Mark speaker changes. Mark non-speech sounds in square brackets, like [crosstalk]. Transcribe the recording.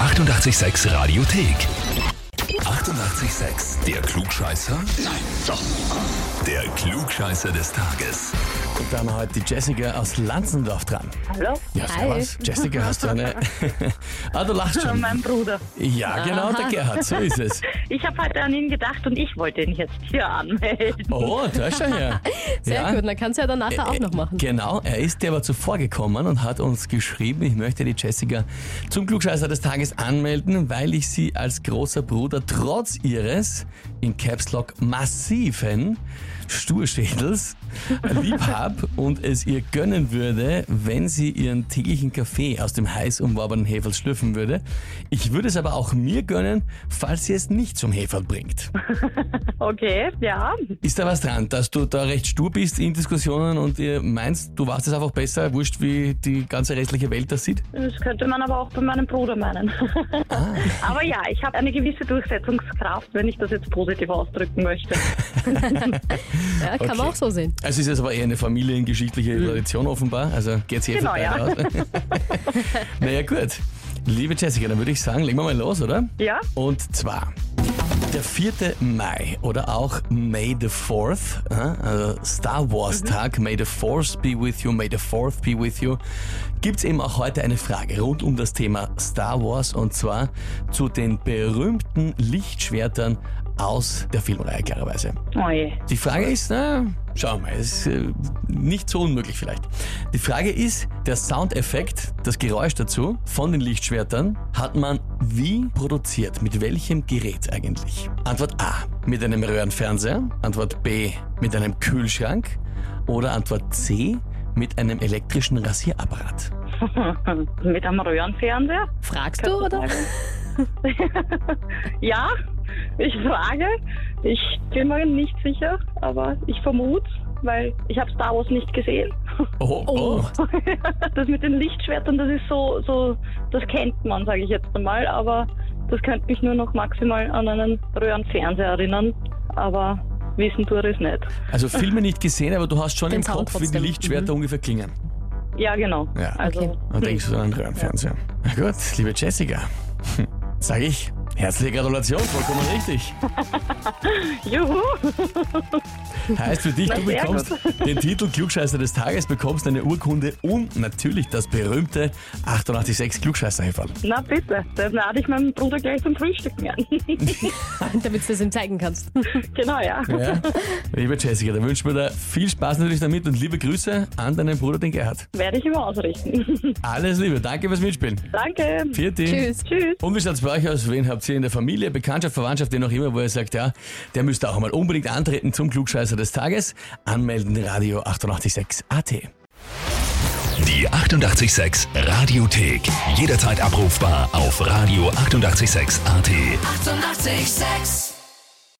Speaker 1: 886 Radiothek. 88,6. Der Klugscheißer? Nein, doch. Der Klugscheißer des Tages.
Speaker 2: Und da haben wir heute die Jessica aus Lanzendorf dran.
Speaker 3: Hallo?
Speaker 2: Ja,
Speaker 4: Hi.
Speaker 2: servus. Jessica, hast du
Speaker 4: [laughs]
Speaker 2: eine... ah, du lachst
Speaker 3: Hallo,
Speaker 2: schon.
Speaker 3: mein Bruder.
Speaker 2: Ja, genau, der Gerhard, so ist es.
Speaker 3: Ich habe heute an ihn gedacht und ich wollte ihn jetzt hier anmelden. [laughs]
Speaker 2: Oh, da ist er her.
Speaker 4: Sehr
Speaker 2: ja.
Speaker 4: gut, dann kannst du ja dann nachher auch noch machen.
Speaker 2: Genau, er ist dir aber zuvor gekommen und hat uns geschrieben, ich möchte die Jessica zum Klugscheißer des Tages anmelden, weil ich sie als großer Bruder trotz ihres in Caps Lock massiven
Speaker 4: [laughs]
Speaker 2: Sturschädels lieb hab und es ihr gönnen würde, wenn sie ihren täglichen Kaffee aus dem heiß umworbenen Heferl schlürfen würde. Ich würde es aber auch mir gönnen, falls sie es nicht zum Heferl bringt.
Speaker 3: Okay, ja.
Speaker 2: Ist da was dran, dass du da recht stur bist in Diskussionen und ihr meinst, du warst es einfach besser, wurscht, wie die ganze restliche Welt das sieht?
Speaker 3: Das könnte man aber auch bei meinem Bruder meinen.
Speaker 4: Ah.
Speaker 3: [laughs] Aber ja, ich habe eine gewisse Durchsetzungskraft, wenn ich das jetzt positiv ausdrücken möchte.
Speaker 4: Ja, kann man
Speaker 2: Okay.
Speaker 4: auch so sehen.
Speaker 2: Also ist es aber eher eine familiengeschichtliche Tradition offenbar, also geht's hier
Speaker 3: Hm. Genau,
Speaker 2: für
Speaker 3: ja.
Speaker 2: beide aus. [laughs] naja, gut. Liebe Jessica, dann würde ich sagen, legen wir mal los, oder?
Speaker 3: Ja?
Speaker 2: Und zwar der 4. Mai oder auch May the 4th, äh, also Star Wars Tag, May the Force be with you, May the 4th be with you, gibt's eben auch heute eine Frage rund um das Thema Star Wars und zwar zu den berühmten Lichtschwertern aus der Filmreihe klarerweise.
Speaker 3: Oh je.
Speaker 2: Die Frage ist, na, schauen wir mal, ist äh, nicht so unmöglich vielleicht. Die Frage ist, der Soundeffekt, das Geräusch dazu von den Lichtschwertern hat man wie produziert? Mit welchem Gerät eigentlich? Antwort A, mit einem Röhrenfernseher. Antwort B, mit einem Kühlschrank. Oder Antwort C, mit einem elektrischen Rasierapparat.
Speaker 3: [laughs] Mit einem Röhrenfernseher?
Speaker 4: Fragst
Speaker 3: Kannst
Speaker 4: du, oder? [laughs]
Speaker 3: sagen? ja, ich frage. Ich bin mir nicht sicher, aber ich vermute, weil ich habe Star Wars nicht gesehen.
Speaker 2: Oh, oh.
Speaker 3: Das mit den Lichtschwertern, das ist so, so das kennt man, sage ich jetzt einmal, aber das könnte mich nur noch maximal an einen Röhrenfernseher erinnern, aber wissen tue ich es nicht.
Speaker 2: Also Filme nicht gesehen, aber du hast schon
Speaker 4: Den
Speaker 2: im
Speaker 4: Sound
Speaker 2: Kopf, wie die
Speaker 4: trotzdem. Mhm.
Speaker 2: Lichtschwerter ungefähr klingen.
Speaker 3: Ja, genau.
Speaker 2: Ja.
Speaker 3: Also,
Speaker 4: Okay.
Speaker 2: Und
Speaker 3: hm.
Speaker 2: denkst du an den Röhrenfernseher? Na gut, liebe Jessica, sage ich, herzliche Gratulation, vollkommen
Speaker 3: [laughs]
Speaker 2: richtig.
Speaker 3: Juhu!
Speaker 2: Heißt für dich,
Speaker 3: Na,
Speaker 2: du
Speaker 3: sehr
Speaker 2: bekommst den Titel Klugscheißer des Tages, bekommst eine Urkunde und natürlich das berühmte 886 Klugscheißer-Heferl.
Speaker 3: Na bitte, dann lade ich meinen Bruder gleich zum Frühstücken ein.
Speaker 4: Damit du es ihm zeigen kannst.
Speaker 3: [laughs] genau, ja.
Speaker 2: Ja? [laughs] Liebe Jessica, da wünschen wir dir viel Spaß natürlich damit und liebe Grüße an deinen Bruder, den Gerhard.
Speaker 3: Werde ich ihm ausrichten. [laughs]
Speaker 2: Alles Liebe, danke fürs Mitspielen.
Speaker 3: Danke.
Speaker 2: Vierte.
Speaker 4: Tschüss.
Speaker 3: Tschüss.
Speaker 2: Und wie schaut's bei euch aus? Wen habt ihr in der Familie, Bekanntschaft, Verwandtschaft, den auch immer, wo ihr sagt, ja, der müsste auch mal unbedingt antreten zum Klugscheißer des Tages? Anmelden, Radio 886 AT.
Speaker 1: Die 88,6 Radiothek. Jederzeit abrufbar auf radio886.at. 88,6.
Speaker 5: Eighty-eight, sex.